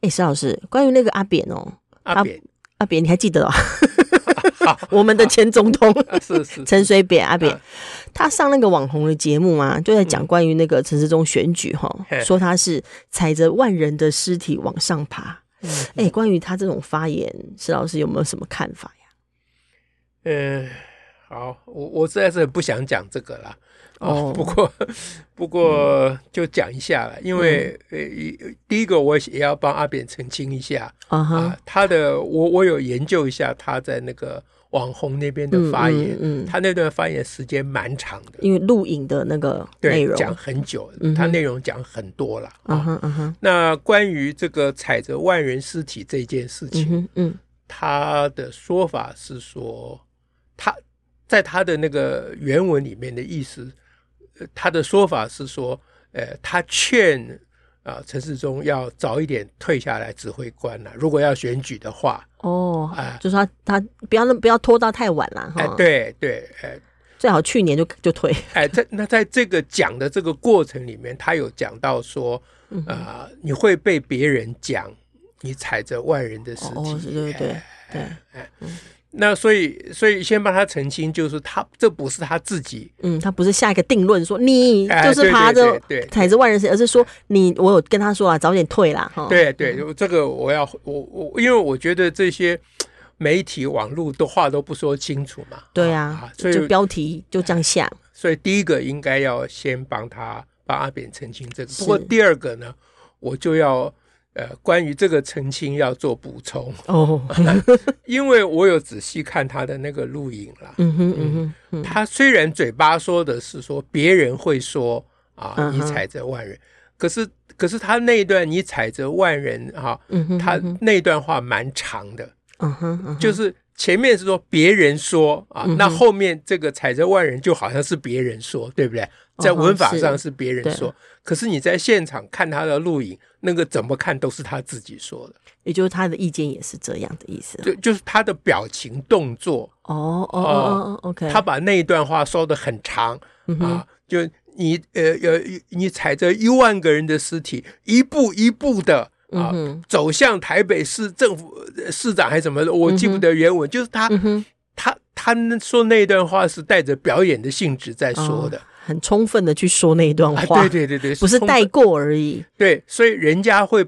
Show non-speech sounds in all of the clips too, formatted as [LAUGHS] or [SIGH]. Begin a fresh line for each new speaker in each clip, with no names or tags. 哎，石老师，关于那个阿扁哦，
阿扁
阿扁你还记得哦？ [LAUGHS] 我们的前总统
啊，是是
陈水扁阿扁
啊，
他上那个网红的节目嘛，就在讲关于那个陈时中选举哈
嗯嘿，
说他是踩着万人的尸体往上爬。
嗯
哎，关于他这种发言，石老师有没有什么看法呀？
嗯，好，我我实在是很不想讲这个啦。
哦
哦，不过不过就讲一下了，因为呃，一第一个我也要帮阿扁澄清一下
啊
啊
哈，，
他的我我有研究一下他在那个网红那边的发言，
嗯，嗯嗯
他那段发言时间蛮长的，
因为录影的那个内
对，
容，
讲很久
嗯哼，
他内容讲很多了
嗯
啊。
哼嗯哼
那关于这个踩着万人尸体这件事
嗯
情，
哼嗯
他的说法是说，他在他的那个原文里面的意思，呃他的说法是说，呃，他劝啊、陈世忠要早一点退下来指挥官了、如果要选举的话，
哦
哎，
就是他他不要那不要拖到太晚啦
哎、
哈，，
对对，哎、
最好去年就就退，
哎，在那在这个讲的这个过程里面，他有讲到说，
嗯
啊、你会被别人讲你踩着万人的尸体，
哦，是对对
哎
对，
那所以，所以先帮他澄清，就是他这不是他自己
嗯，他不是下一个定论说你
哎
嗯就是
对
爬
对
着
对对
踩着万人石，而是说你我有跟他说啊，早点退啦哈。，
对对，
嗯
我这个我要我我，因为我觉得这些媒体网络的话都不说清楚嘛。
对啊，
所
就
以
标题就这样下，
所以第一个应该要先帮他帮阿扁澄清这个。
是
不过第二个呢，我就要呃关于这个澄清要做补充，
哦，
因为我有仔细看他的那个录影啦。
嗯哼嗯哼嗯，
他虽然嘴巴说的是说别人会说啊，
嗯
你
哼
踩着万人，可是可是他那一段你踩着万人啊，
嗯哼，
他
嗯哼
那段话蛮长的。
嗯哼，嗯哼
就是前面是说别人说啊，
嗯哼
那后面这个踩着万人就好像是别人说，对
哦
不对？在文法上是别人说，可是你在现场看他的录影，那个怎么看都是他自己说的，
也就是他的意见也是这样的意思。
就就是他的表情动作，
哦哦哦哦哦，OK，
啊他把那一段话说的很长
嗯哼
啊，就你呃呃，你踩着一万个人的尸体，一步一步的
嗯
啊。
哼
走向台北市政府呃市长还是什么的，我记不得原文，就是他
嗯哼，
他他那说那段话是带着表演的性质在说的，
很充分的去说那一段
啊，
话，
对对对对，
哦不是
充分
带过而已。
对，所以人家会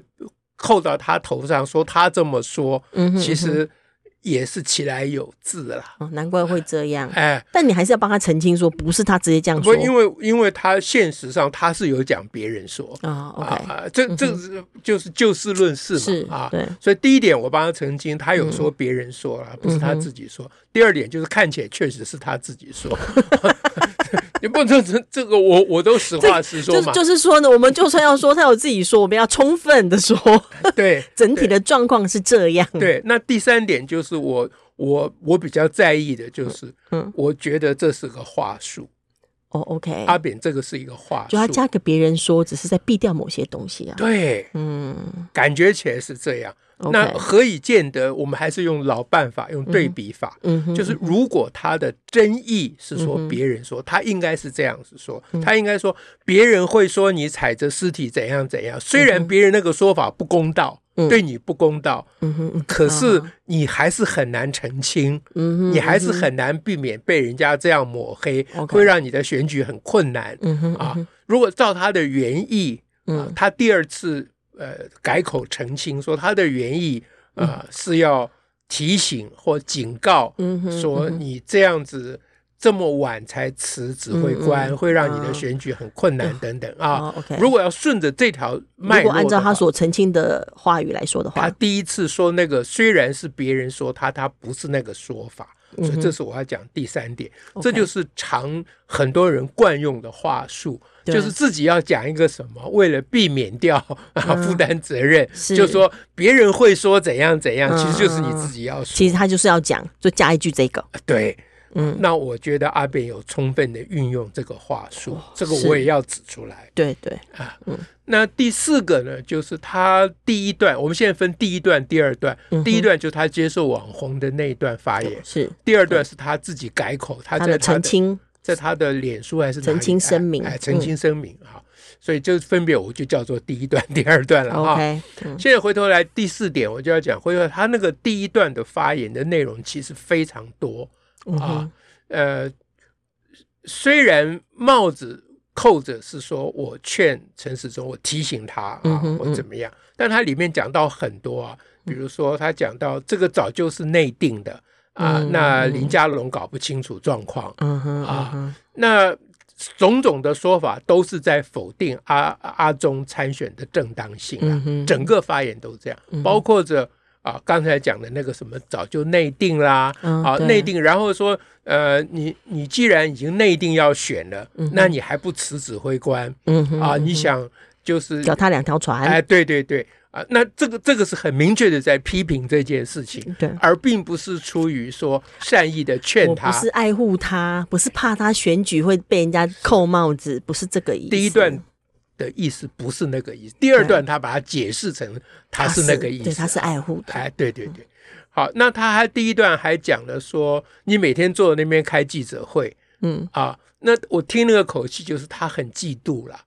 扣到他头上，说他这么说，
嗯哼，
其实也是其来有自啦，
嗯哼哦难怪会这样，
哎。
但你还是要帮他澄清说，不是他直接这样
不，
说。
因为因为他现实上他是有讲别人说
啊
啊
，OK，
啊，这这是就是就事论事嘛
是
啊，
对，嗯
所以第一点我帮他澄清，他有说别人说了，不是他自己说。第二点就是看起来确实是他自己说， [LAUGHS] 你不能这这个我我都实话实说
就
嘛，
就是说呢，我们就算要说他有自己说，我们要充分的说，
对
整体的状况是这样。
对。那第三点就是我我我比较在意的就是，
嗯
我觉得这是个话术，
哦，OK，
阿扁这个是一个话
就他
术，
加给别人说，只是在避掉某些东西啊。
对，
嗯
感觉起来是这样。
，OK，
那何以见得？我们还是用老办法，用对比法。
嗯哼，
就是如果他的争议是说
嗯哼嗯
别人说，他应该是这样子说，他应该说别人会说你踩着尸体怎样怎样，虽然别人那个说法不公道，
嗯
对你不公道，
嗯哼，嗯
可是你还是很难澄清，
嗯哼，
你还是很难避免被人家这样抹黑，
OK
会让你的选举很困难
嗯哼，
啊。如果照他的原意，啊
嗯，
他第二次呃改口澄清说他的原意呃是要提醒或警告，
嗯哼
说你这样子这么晚才辞指挥
嗯
官，会让你的选举很困难等等啊
哦。，OK。
如果要顺着这条
如
脉
果
络的话，
按照他所澄清的话语来说的
他
话，
第一次说那个虽然是别人说他，他不是那个说法，
嗯
所以这是我要讲第三点，这就是常很多人惯用的话术，
对啊
就是自己要讲一个什么，为了避免掉 [LAUGHS] 啊
嗯
负担责任，
是
就说别人会说怎样怎样，
嗯
其实就是你自己要说。
其实他就是要讲，就加一句这个，
对，
嗯，
那我觉得阿扁有充分的运用这个话术
哦，
这个
是
我也要指出来。
对对，
那第四个呢，就是他第一段，我们现在分第一段、第二段。
嗯哼
第一段就是他接受网红的那一段发言，
是
第二段是他自己改口，他
他
在
的
他
澄
的
清，
在他的脸书还是哪里
澄清声明
哎，哎澄清声明啊，所以这分别我就叫做第一段、第二段了啊。
OK，嗯
现在回头来第四点，我就要讲，回头来他那个第一段的发言的内容其实非常多
嗯
啊
哼，，
呃，虽然帽子扣着是说我劝陈世忠，我提醒他
嗯
啊
哼，
我怎么样，但他里面讲到很多啊，比如说他讲到这个早就是内定的啊，
嗯
那林佳龙搞不清楚状况，
嗯哼，
啊
嗯哼
那种种的说法都是在否定阿阿阿中参选的正当性啊
嗯，哼
整个发言都这样，
嗯
包括着啊刚才讲的那个什么早就内定啦，
嗯
啊
对
内定，然后说呃你你既然已经内定要选了，
嗯哼
那你还不辞指挥官
嗯哼
啊？
嗯
你
哼
想就是
脚踏两条船，
哎对对对啊，那这个这个是很明确的在批评这件事情。
对，
而并不是出于说善意的劝
嗯我
他，
不是爱护他，不是怕他选举会被人家扣帽子，不是这个意思。
第一段的意思不是那个意思，第二段他把它解释成他是那个意思，啊
对，他是爱护他，
哎，对对对，好，那他还第一段还讲了说，你每天坐在那边开记者会
嗯，
啊，那我听那个口气就是他很嫉妒
[LAUGHS]
啦。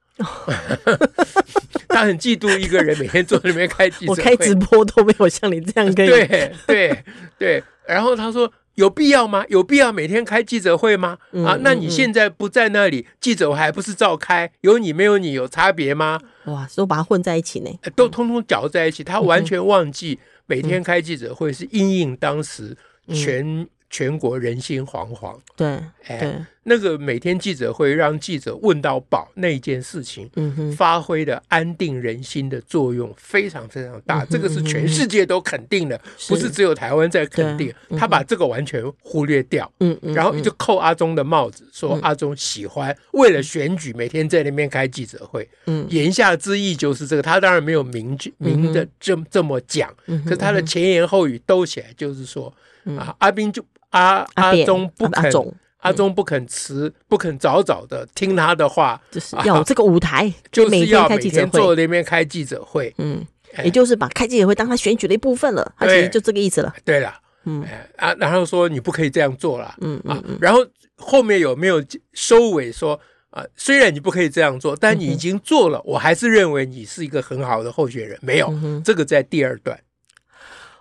他很嫉妒一个人每天坐在那边开记者
我
会，
开直播都没有像你这样跟你
[LAUGHS] 对对对，然后他说有必要吗？有必要每天开记者会吗？
嗯
啊
嗯，
那你现在不在那里，记者会还不是照开？有你没有你有差别吗？
哇，都把它混在一起呢。
呃都通通搅在一起，
嗯
他完全忘记每天开记者会是因应当时
嗯
全、全国人心惶惶，
对
哎，
对，
那个每天记者会让记者问到饱那一件事情。
嗯哼，
发挥的安定人心的作用非常非常大，
嗯哼
这个是全世界都肯定的，不是只有台湾在肯定
对。嗯哼
他把这个完全忽略掉，
嗯嗯，
然后就扣阿中的帽子，说阿中喜欢为了选举每天在那边开记者会。
嗯
言下之意就是这个，他当然没有明确明的这这么讲，
嗯
可是他的前言后语兜起来就是说
嗯
啊，阿兵就阿
阿
阿
扁
中不
阿
肯
总嗯
阿中不肯辞，不肯早早的听他的话， [LAUGHS]
就是要有这个舞台，
就是
每天
要每
开记者
天坐
会，
在那边开记者会。
嗯，
哎
也就是把开记者会当他选举的一部分了，他其实
对
就这个意思了。
对了，
嗯
哎啊，然后说你不可以这样做了
嗯嗯
啊，然后后面有没有收尾说啊？虽然你不可以这样做，
嗯
但你已经做了，我还是认为你是一个很好的候选人。没有
嗯，哼
这个在第二段。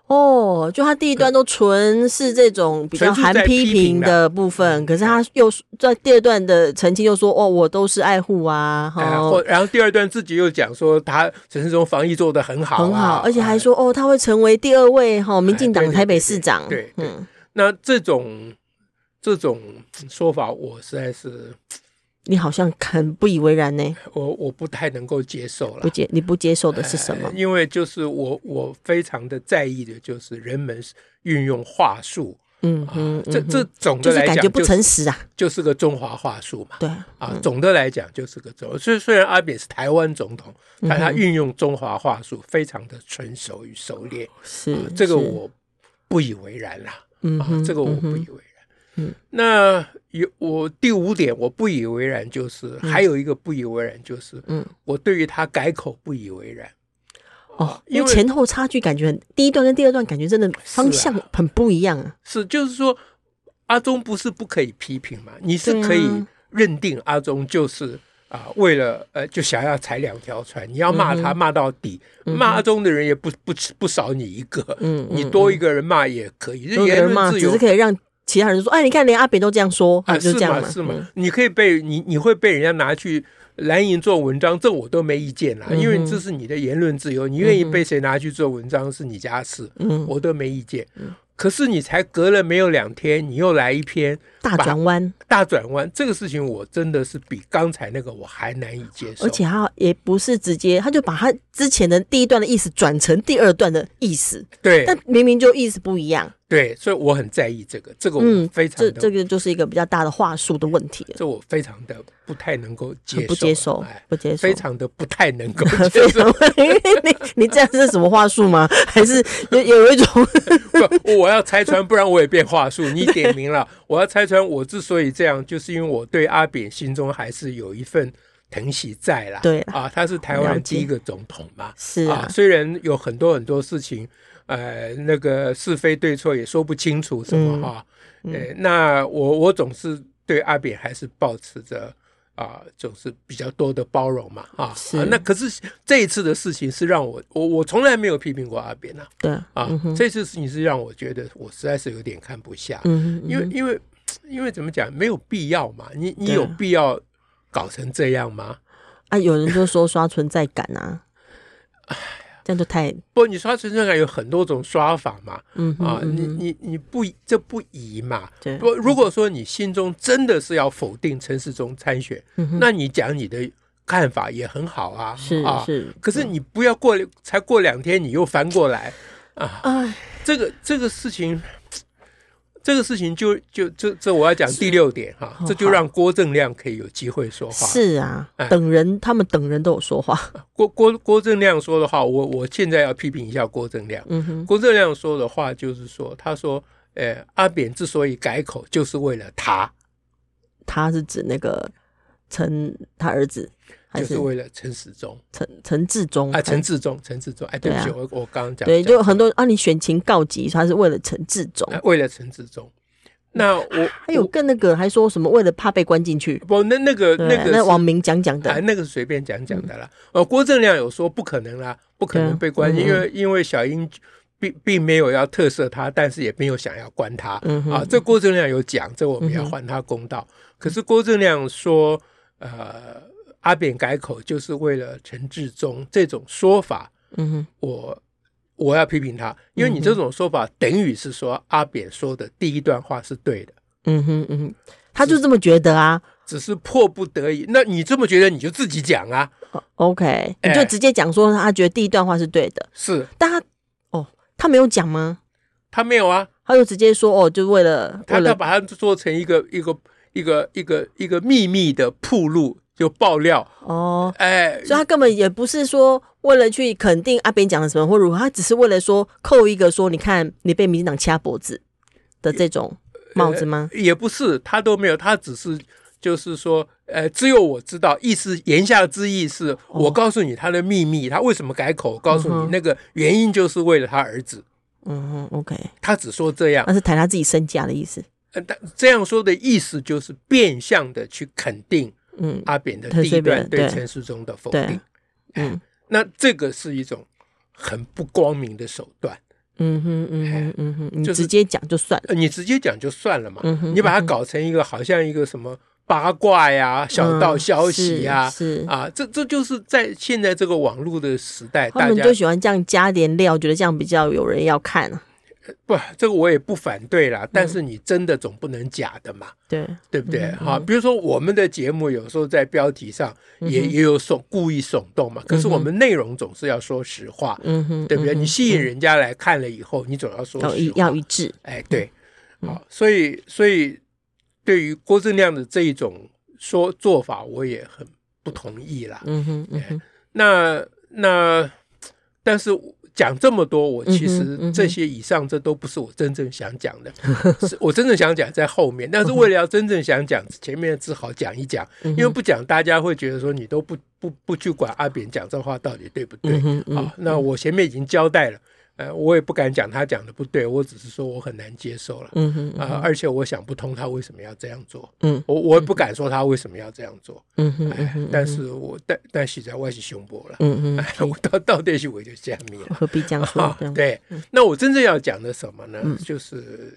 哦，就他第一段都纯是这种比较
纯是
含
在
批
批评嗯
评
啦
的部分，可是他又说在第二段的澄清又说哦，我都是爱护啊，
哎呀
哦
或然后第二段自己又讲说他陈世忠防疫做得很好啊、
很好，而且还
哎
说哦，他会成为第二位哈，民进
哎
党
对对
台北市长。
对对对
嗯，
那这种这种说法，我实在是
你好像很不以为然呢，
我我不太能够接受了
不。接你不接受的是什么
呃？因为就是我我非常的在意的就是人们运用话术
嗯
啊，
嗯，
这
嗯
这总
就
的
是
来
感
讲
觉不
就是
诚实嗯啊，
就是个中华话术嘛。
对，
啊，总的来讲就是个中。虽虽然阿扁是台湾总统，
嗯
但他运用中华话术非常的纯熟与熟练，
是
啊这个
嗯是
我不以为然啦。
嗯
啊
哼，
这个我
嗯
不
哼
以为然。
嗯
那有我第五点我不以为然，就是、还有一个不以为然，就是
嗯
我对于他改口不以为然。
哦，
因
因为
为啊
前后差距感觉很，第一段跟第二段感觉真的方向很不一样啊。
是，就是说阿中不是不可以批评嘛，你是
对啊
可以认定阿中就是啊、为了呃就想要踩两条船，你要骂
嗯
他骂到底，骂阿中的人也不不不少你一个，
嗯
你多一个人骂也可以，这
有
言
人骂，
论自
只
由
是。可以让其他人说，哎，你看连阿北都这样说，
啊，
就是这样
嘛是
嗯
嘛，你可以被你你会被人家拿去蓝营做文章，这我都没意见啦，因为
嗯哼
这是你的言论自由，你愿意被谁拿去做文章是你家事，
嗯
我都没意见。可是你才隔了没有两天，你又来一篇
大
把
转弯，
大转弯，这个事情我真的是比刚才那个我还难以接受。
而且他也不是直接，他就把他之前的第一段的意思转成第二段的意思，
对
但明明就意思不一样。
对，所以我很在意这个，这个我
嗯，
非常
这
的，
这个就是一个比较大的话术的问题了，
这我非常的不太能够接
很
受，
不接受
哎，
不接受，
非常的不太能够接
[LAUGHS] 非
受。
常， [LAUGHS] 因为你你这样是什么话术吗？ [LAUGHS] 还是有有一
[LAUGHS]
种
不，我要拆穿，不然我也变话术。你点名
[LAUGHS]
了，我要拆穿。我之所以这样，就是因为我对阿扁心中还是有一份疼惜在啦。
对啦
啊，他是台
了
湾
解
第一个总统嘛。
是啊，
虽然有很多很多事情，呃，那个是非对错也说不清楚什
嗯
么哈、呃，那我我总是对阿扁还是保持着。啊，总是比较多的包容嘛，啊，
是
啊那可是这一次的事情是让我，我我从来没有批评过阿扁啊，
对，
啊，这次事情是让我觉得我实在是有点看不下，
嗯，
因为因为因为怎么讲，没有必要嘛，你你
对
有必要搞成这样吗？
啊，有人就说刷存在感啊，
哎
这样就太
不，你刷存在感有很多种刷法嘛，
嗯哼
啊，
嗯
你你你不这不宜嘛。
对
不，如果说你心中真的是要否定陈世忠参选，那你讲你的看法也很好啊，
嗯是
啊。
是，
可是你不要过才过两天，你又翻过来，
哎，
这个这个事情，这个事情就就这这我要讲第六点哈
哦好，
这就让郭正亮可以有机会说话。
是啊，
哎
等人他们等人都有说话，
郭郭郭正亮说的话，我我现在要批评一下郭正亮。
嗯哼，
郭正亮说的话就是说，他说，呃，阿扁之所以改口，就是为了他，
他是指那个陈他儿子还
就是是为了陈时中
陈陈志忠
啊，陈
还是
志忠，陈志忠，哎，对不起，
对啊
我我刚刚讲
对，
讲
就很多人啊，你选情告急，他是为了陈志忠，
哎为了陈志忠。那我
还有
我
更那个还说什么为了怕被关进去，
不那那个
对，
呃那个
那
是
网民讲讲
啊，
的，
那个是随便讲讲的啦。呃，郭正亮有说不可能啦，不可
对啊
能被关，
嗯
因为因为小英并并没有要特赦他，但是也没有想要关他
嗯哼
啊。这郭正亮有讲，这我们要还他公道。可是郭正亮说，呃，阿扁改口就是为了陈志忠这种说法，
嗯哼，
我。我要批评他，因为你这种说法等于是说阿扁说的第一段话是对的，
嗯哼嗯哼，他就这么觉得啊。
只是迫不得已。那你这么觉得，你就自己讲啊。
哦 OK，你就
哎
直接讲说他觉得第一段话是对的，
是
但他哦，他没有讲吗？
他没有啊，
他就直接说哦，就为了为
他他
了
把它做成一个一个一个一个一个秘密的铺路，就爆料，
哦，
哎，
所以他根本也不是说为了去肯定阿扁讲的什么或如何，他只是为了说扣一个说你看你被民进党掐脖子的这种帽子吗？
也不是他都没有，他只是就是说，呃，只有我知道，意思言下之意是、我告诉你他的秘密，他为什么改口，告诉
哦嗯
你
哼
那个原因就是为了他儿子，
嗯哼，OK，
他只说这样
那，是谈他自己身价的意思。
呃但这样说的意思就是变相的去肯定
嗯
阿扁的
他
第
这
一
边
段对
对
陈世忠的否
对
定，哎
嗯
那这个是一种很不光明的手段。
嗯哼嗯哼嗯哼，你
就是
直接讲就算了。
呃你直接讲就算了嘛，
嗯哼
你把它搞成一个好像一个什么八卦呀、小道
嗯
消息呀、
是。是
啊，这这就是在现在这个网络的时代，
他
大
们
家
就喜欢这样加点料，觉得这样比较有人要看啊。
不这个我也不反对
嗯
啦，但是你真的总不能假的嘛，
对，
对不对？
嗯
哈、比如说我们的节目有时候在标题上
嗯
也、也有耸故意耸动嘛，可是我们内容总是要说实话，
嗯哼，
对不对？
嗯嗯哼
你吸引人家来看了以后，你总要说
要
实
一
话
要一嗯致，
哎，对，好、所以所以对于郭正亮的这一种说做法，我也很不同意啦。
嗯哼，嗯哼，
那那，但是讲这么多，我其
嗯哼嗯
实
哼
这些以上这都不是我真正想讲的，是 [LAUGHS] 我真正想讲在后面。但是为了要真正想讲，前面只好讲一
嗯
讲，因为不讲大家会觉得说你都不不不去管阿扁讲这话到底对不对
嗯
啊、
哼，嗯哼
那我前面已经交代了，呃，我也不敢讲他讲的不对，我只是说我很难接受了。
嗯哼，
啊、而且我想不通他为什么要这样做，
嗯，
我我也不敢说他为什么要这样做，
嗯哼，嗯
哎
哼，
但是我但但实在我是胸勃了，
嗯
哎 [LAUGHS] 我到到底是我就下面
哼，
了，
[LAUGHS] 何必这样说
啊？
哦这样，嗯
对，那我真正要讲的什么呢？就是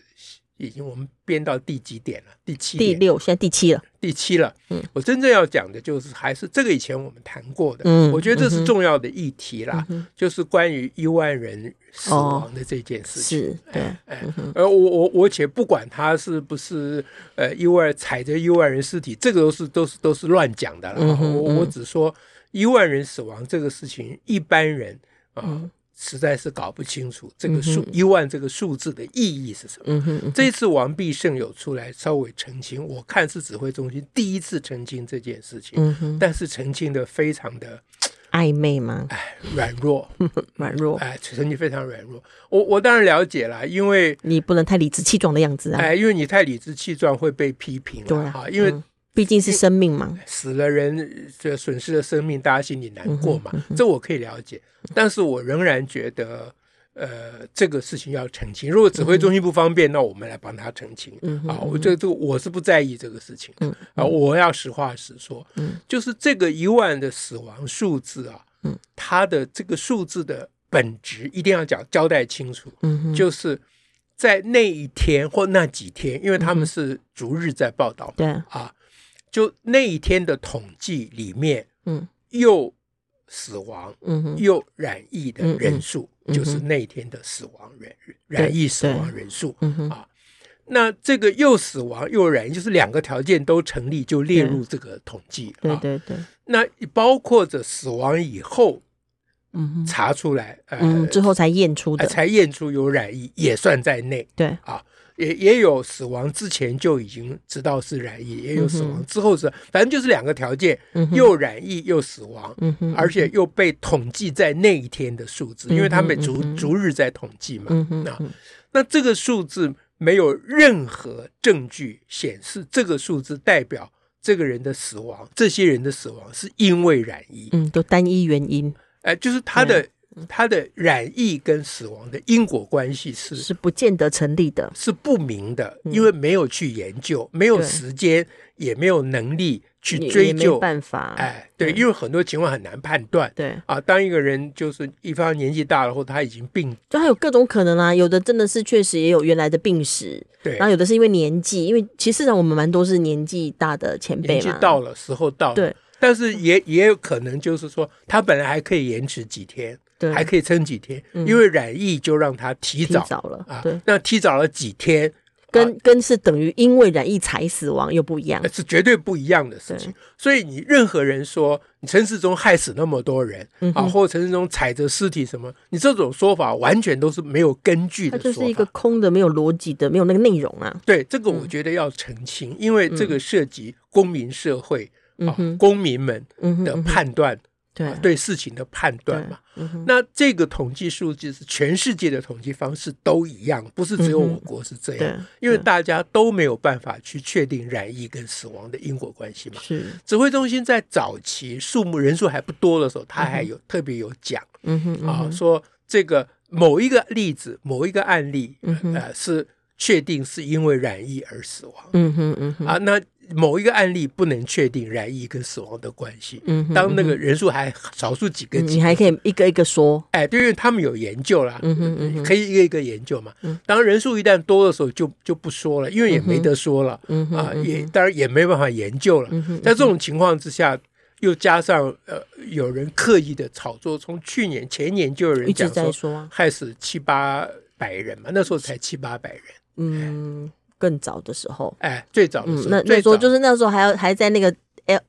已经我们编到第几点了？第七
第
点，
六，现在第七了，
第七了。
嗯，
我真正要讲的就是还是这个以前我们谈过的，
嗯
我觉得这
嗯
是
哼嗯
重要的议题啦，就是关于一万人死
哦
亡的这件事情。
是，对，
哎，呃，我我我且不管他是不是呃意外踩着意外人尸体，这个都是都是都是乱讲的啦。
嗯哼
我
嗯嗯
我只说意外人死亡这个事情，一般人啊、实在是搞不清楚这个数一万这个数字的意义是什么。
嗯哼，嗯
这一次王必胜有出来稍微澄清，我看是指挥中心第一次澄清这件事情，
嗯哼，
但是澄清的非常的
暧昧吗？
哎软弱，
软弱，
哎澄清非常软弱。我我当然了解啦，因为
你不能太理直气壮的样子啊。
哎因为你太理直气壮会被批评
对
了
啊
哈，因为
嗯毕竟是生命嘛。
死了人这损失了生命，大家心里难过
嗯
嘛，这我可以了解。但是我仍然觉得，呃，这个事情要澄清。如果指挥中心不方便，那我们来帮他澄清。
嗯哼
啊，我这这个我是不在意这个事情的。啊，我要实话实说，
嗯
就是这个一万的死亡数字啊，
嗯
它的这个数字的本质一定要讲交代清楚，
嗯哼，
就是在那一天或那几天，因为
嗯
他们是逐日在报道嘛。
对啊，
啊，就那一天的统计里面，
嗯
又死亡
嗯哼，
又染疫的人数，
嗯嗯
就是那一天的死亡人染疫死亡人数。
嗯哼，
那这个又死亡又染疫，就是两个条件都成立，就列入这个统计
对
啊。
对对，
那包括着死亡以后
嗯哼，
查出来，呃，
嗯，之后才验出
呃
的，
才验出有染疫，也算在内。
对，
也也有死亡之前就已经知道是染疫，也有死
嗯
亡之后是，反正就是两个条件，
嗯哼，
又染疫又死亡，
嗯哼，
而且又被统计在那一天的数字，
嗯
因为他们逐
嗯嗯
逐日在统计嘛。
嗯哼，
那
嗯
那这个数字没有任何证据显示这个数字代表这个人的死亡，这些人的死亡是因为染疫，
嗯，都单一原因
哎，就是他
嗯
的他的染疫跟死亡的因果关系是
是不见得成立的，
是不明的，因为没有去研究，没有
嗯对
时间，也没有能力去
也
追
也没
究。
办法，嗯
哎，对，
对
因为很多情况很难判断
对，
啊。当一个人就是一方年纪大了，或他已经病，
就还有各种可能啊，有的真的是确实也有原来的病史，
对
然，后有的是因为年纪，因为其实上我们蛮多是年纪大的前辈
年纪
嘛，
到了，时候到了。
对，
但是也也有可能就是说，他本来还可以延迟几天，
对，嗯
还可以撑几天，因为染疫就让他提
提
早
早了，
啊
对，。
那提早了几天，
跟跟是等于因为染疫才死亡又不一样
呃，是绝对不一样的事情。所以你任何人说你陈世忠害死那么多人、
嗯
啊，或者陈世忠踩着尸体什么，你这种说法完全都是没有根据
它
的
就
说法。
是一个空的、没有逻辑的、没有那个内容啊。
对这个，我觉得要澄清，因为这个涉及公民社会、
嗯
啊
哼，
公民们
嗯哼，
的
嗯哼
判断、
对
啊对事情的判断嘛。
嗯哼
那这个统计数据是全世界的统计方式都一样，不是只有我国是这样，
嗯对，
因为大家都没有办法去确定染疫跟死亡的因果关系嘛。
是，
指挥中心在早期数目人数还不多的时候，他还有特别有讲
嗯哼嗯
啊，说这个某一个例子、某一个案例，
嗯哼
呃，是确定是因为染疫而死亡
嗯哼嗯哼
啊。那某一个案例不能确定染疫跟死亡的关系。
嗯哼，
当那个人数还少数几个
嗯
几
你还可以一个一个说，
哎，对，因为他们有研究啦，
嗯哼嗯哼
可以一个一个研究嘛
嗯。
当人数一旦多的时候就，就不说了，因为也没得说了、
嗯哼
啊，也当然也没办法研究了。
嗯哼
在这种情况之下，又加上呃有人刻意的炒作，从去年前年就有人
一直
讲
在
说
说啊，
害死七八百人嘛，那时候才七八百人，
嗯，更早的时候，
哎，最早的时
嗯
候，，
那那
最
时候
早
就是那时候还要还在那个 L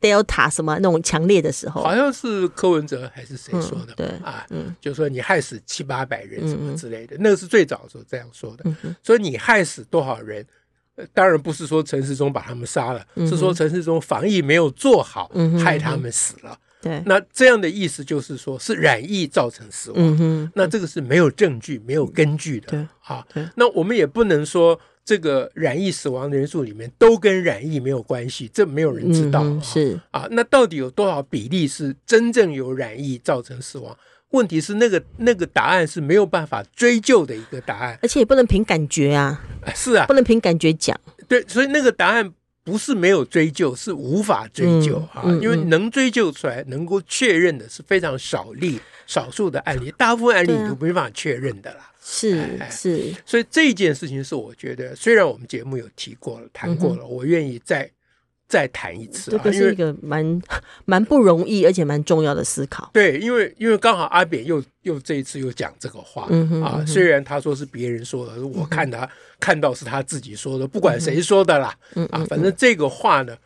Delta 什么那种强烈的时候
好，像是柯文哲还是谁
嗯
说的、
对
啊，
嗯
就说你害死七八百人什
嗯嗯
么之类的，那个是最早的时候这样说的。
嗯哼
所以你害死多少人？呃当然不是说陈世忠把他们杀了，
嗯哼
是说陈世忠防疫没有做好，
嗯哼
害他们死了。
对，
那这样的意思就是说，是染疫造成死亡。
嗯哼，
那这个是没有证据、没有根据的。
对
啊
对，
那我们也不能说这个染疫死亡的人数里面都跟染疫没有关系，这没有人知道。
嗯哼
啊
是，
啊，那到底有多少比例是真正有染疫造成死亡？问题是那个那个答案是没有办法追究的一个答案。
而且也不能凭感觉啊，
啊是啊
不，能凭感觉讲，
对，所以那个答案不是没有追究，是无法追究
嗯
啊，
嗯
因为
嗯
能追究出来、能够确认的是非常少例、少数的案例，大部分案例
对啊
你都没办法确认的啦。
是
哎
是，
所以这件事情是我觉得，虽然我们节目有提过了、谈过了，我愿意再再谈一次
嗯这
啊，
个
因
是一
为
个蛮蛮不容易，而且蛮重要的思考。
对，因为因为刚好阿扁又又这一次又讲这个话、
嗯哼嗯
啊，虽然他说是别人说的，我看他、看到是他自己说的，不管谁说的啦、
嗯
啊，反正这个话
嗯
呢，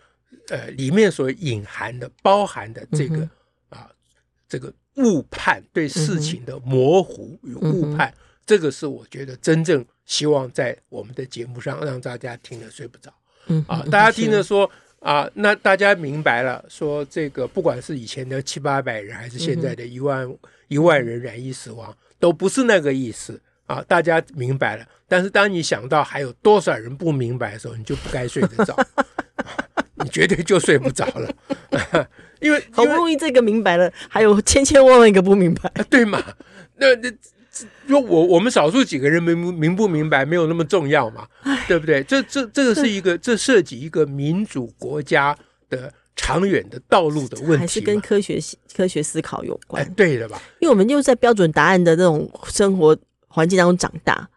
呃，里面所隐含的、包含的这个、啊，这个误判，对事情的模糊与
嗯
误判，这个是我觉得真正希望在我们的节目上让大家听了睡不着
嗯
啊，大家听了说啊，那大家明白了，说这个不管是以前的七八百人，还是现
嗯
在的一万一万人染疫死亡，都不是那个意思。啊，大家明白了，但是当你想到还有多少人不明白的时候，你就不该睡得
[LAUGHS]
着，你绝对就睡不着了， [LAUGHS] 因为
好
因
不
为
容易这个明白了，还有千千万万个不明白。
啊对嘛？那那就我我们少数几个人明不明不明白没有那么重要嘛，对不对？这这这个是一个这涉及一个民主国家的长远的道路的问
还是
题
跟嗯
嘛，
科学系科学思考有关
哎，，对的吧？
因为我们就是在标准答案的这种生活环境当中长大，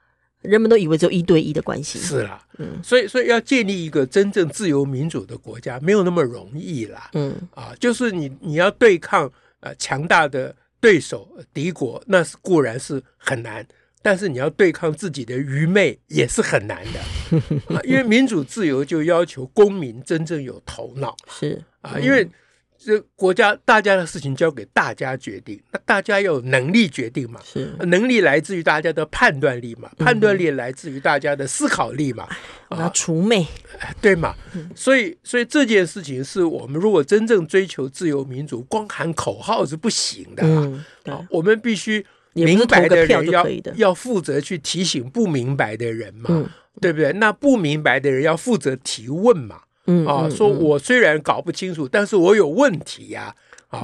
人们都以为只有一对一的关系。
是啦，
嗯
所以所以要建立一个真正自由民主的国家没有那么容易啦，
嗯
啊，就是你你要对抗呃强大的对手呃敌国，那是固然是很难，但是你要对抗自己的愚昧也是很难的，啊、因为民主自由就要求公民真正有头脑
是嗯
啊，因为这国家大家的事情交给大家决定，那大家要有能力决定嘛。呃
是，
能力来自于大家的判断力嘛，判断力来自于大家的思考力嘛，
我要除魅。
对嘛？
嗯
所以，所以这件事情是我们如果真正追求自由民主，光喊口号是不行的啦。
嗯，对
啊，我们必须
也不是
明白
投个
的
票
人
就
要
可以的
要负责去提醒不明白的人嘛，
嗯
对不对？那不明白的人要负责提问嘛。
嗯
啊，
嗯
说我虽然搞不清楚，但是我有问题呀、啊。
嗯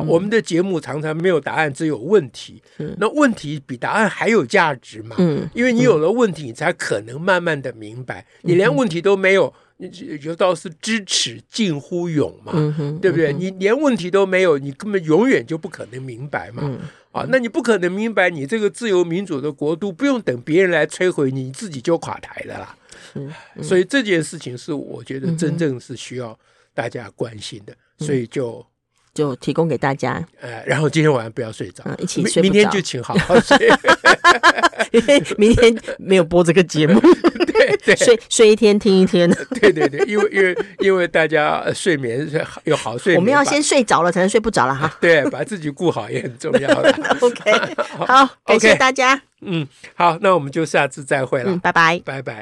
我们的节目常常没有答案，只有问题。那问题比答案还有价值嘛？
嗯
因为你有了问题，你才可能慢慢的明白。你连问题都没有，你有道是知耻近乎勇嘛，
嗯哼，
对不对？你连问题都没有，你根本永远就不可能明白嘛。
嗯
啊，那你不可能明白，你这个自由民主的国度，不用等别人来摧毁你，你自己就垮台的啦。
嗯
所以这件事情是我觉得真正是需要大家关心的，所以就
就提供给大
[LAUGHS]
家， [LAUGHS]
呃，然后今天晚上不要睡着，
嗯一起
明
睡不
明天
着
就请好
[LAUGHS]
好睡，
因为明天没有播这个节
[LAUGHS]
目，
对对
睡睡一天听一天。
[LAUGHS] 对对对，因为因为因为大家呃睡眠是好有好睡眠，
我们要
把。
先睡着了，才能睡不着了哈
[LAUGHS] 对把自己顾好也很重要
[LAUGHS]
了。
OK，好，感谢
OK
大家，
嗯，好，那我们就下次再会了，
嗯，拜拜。
拜拜。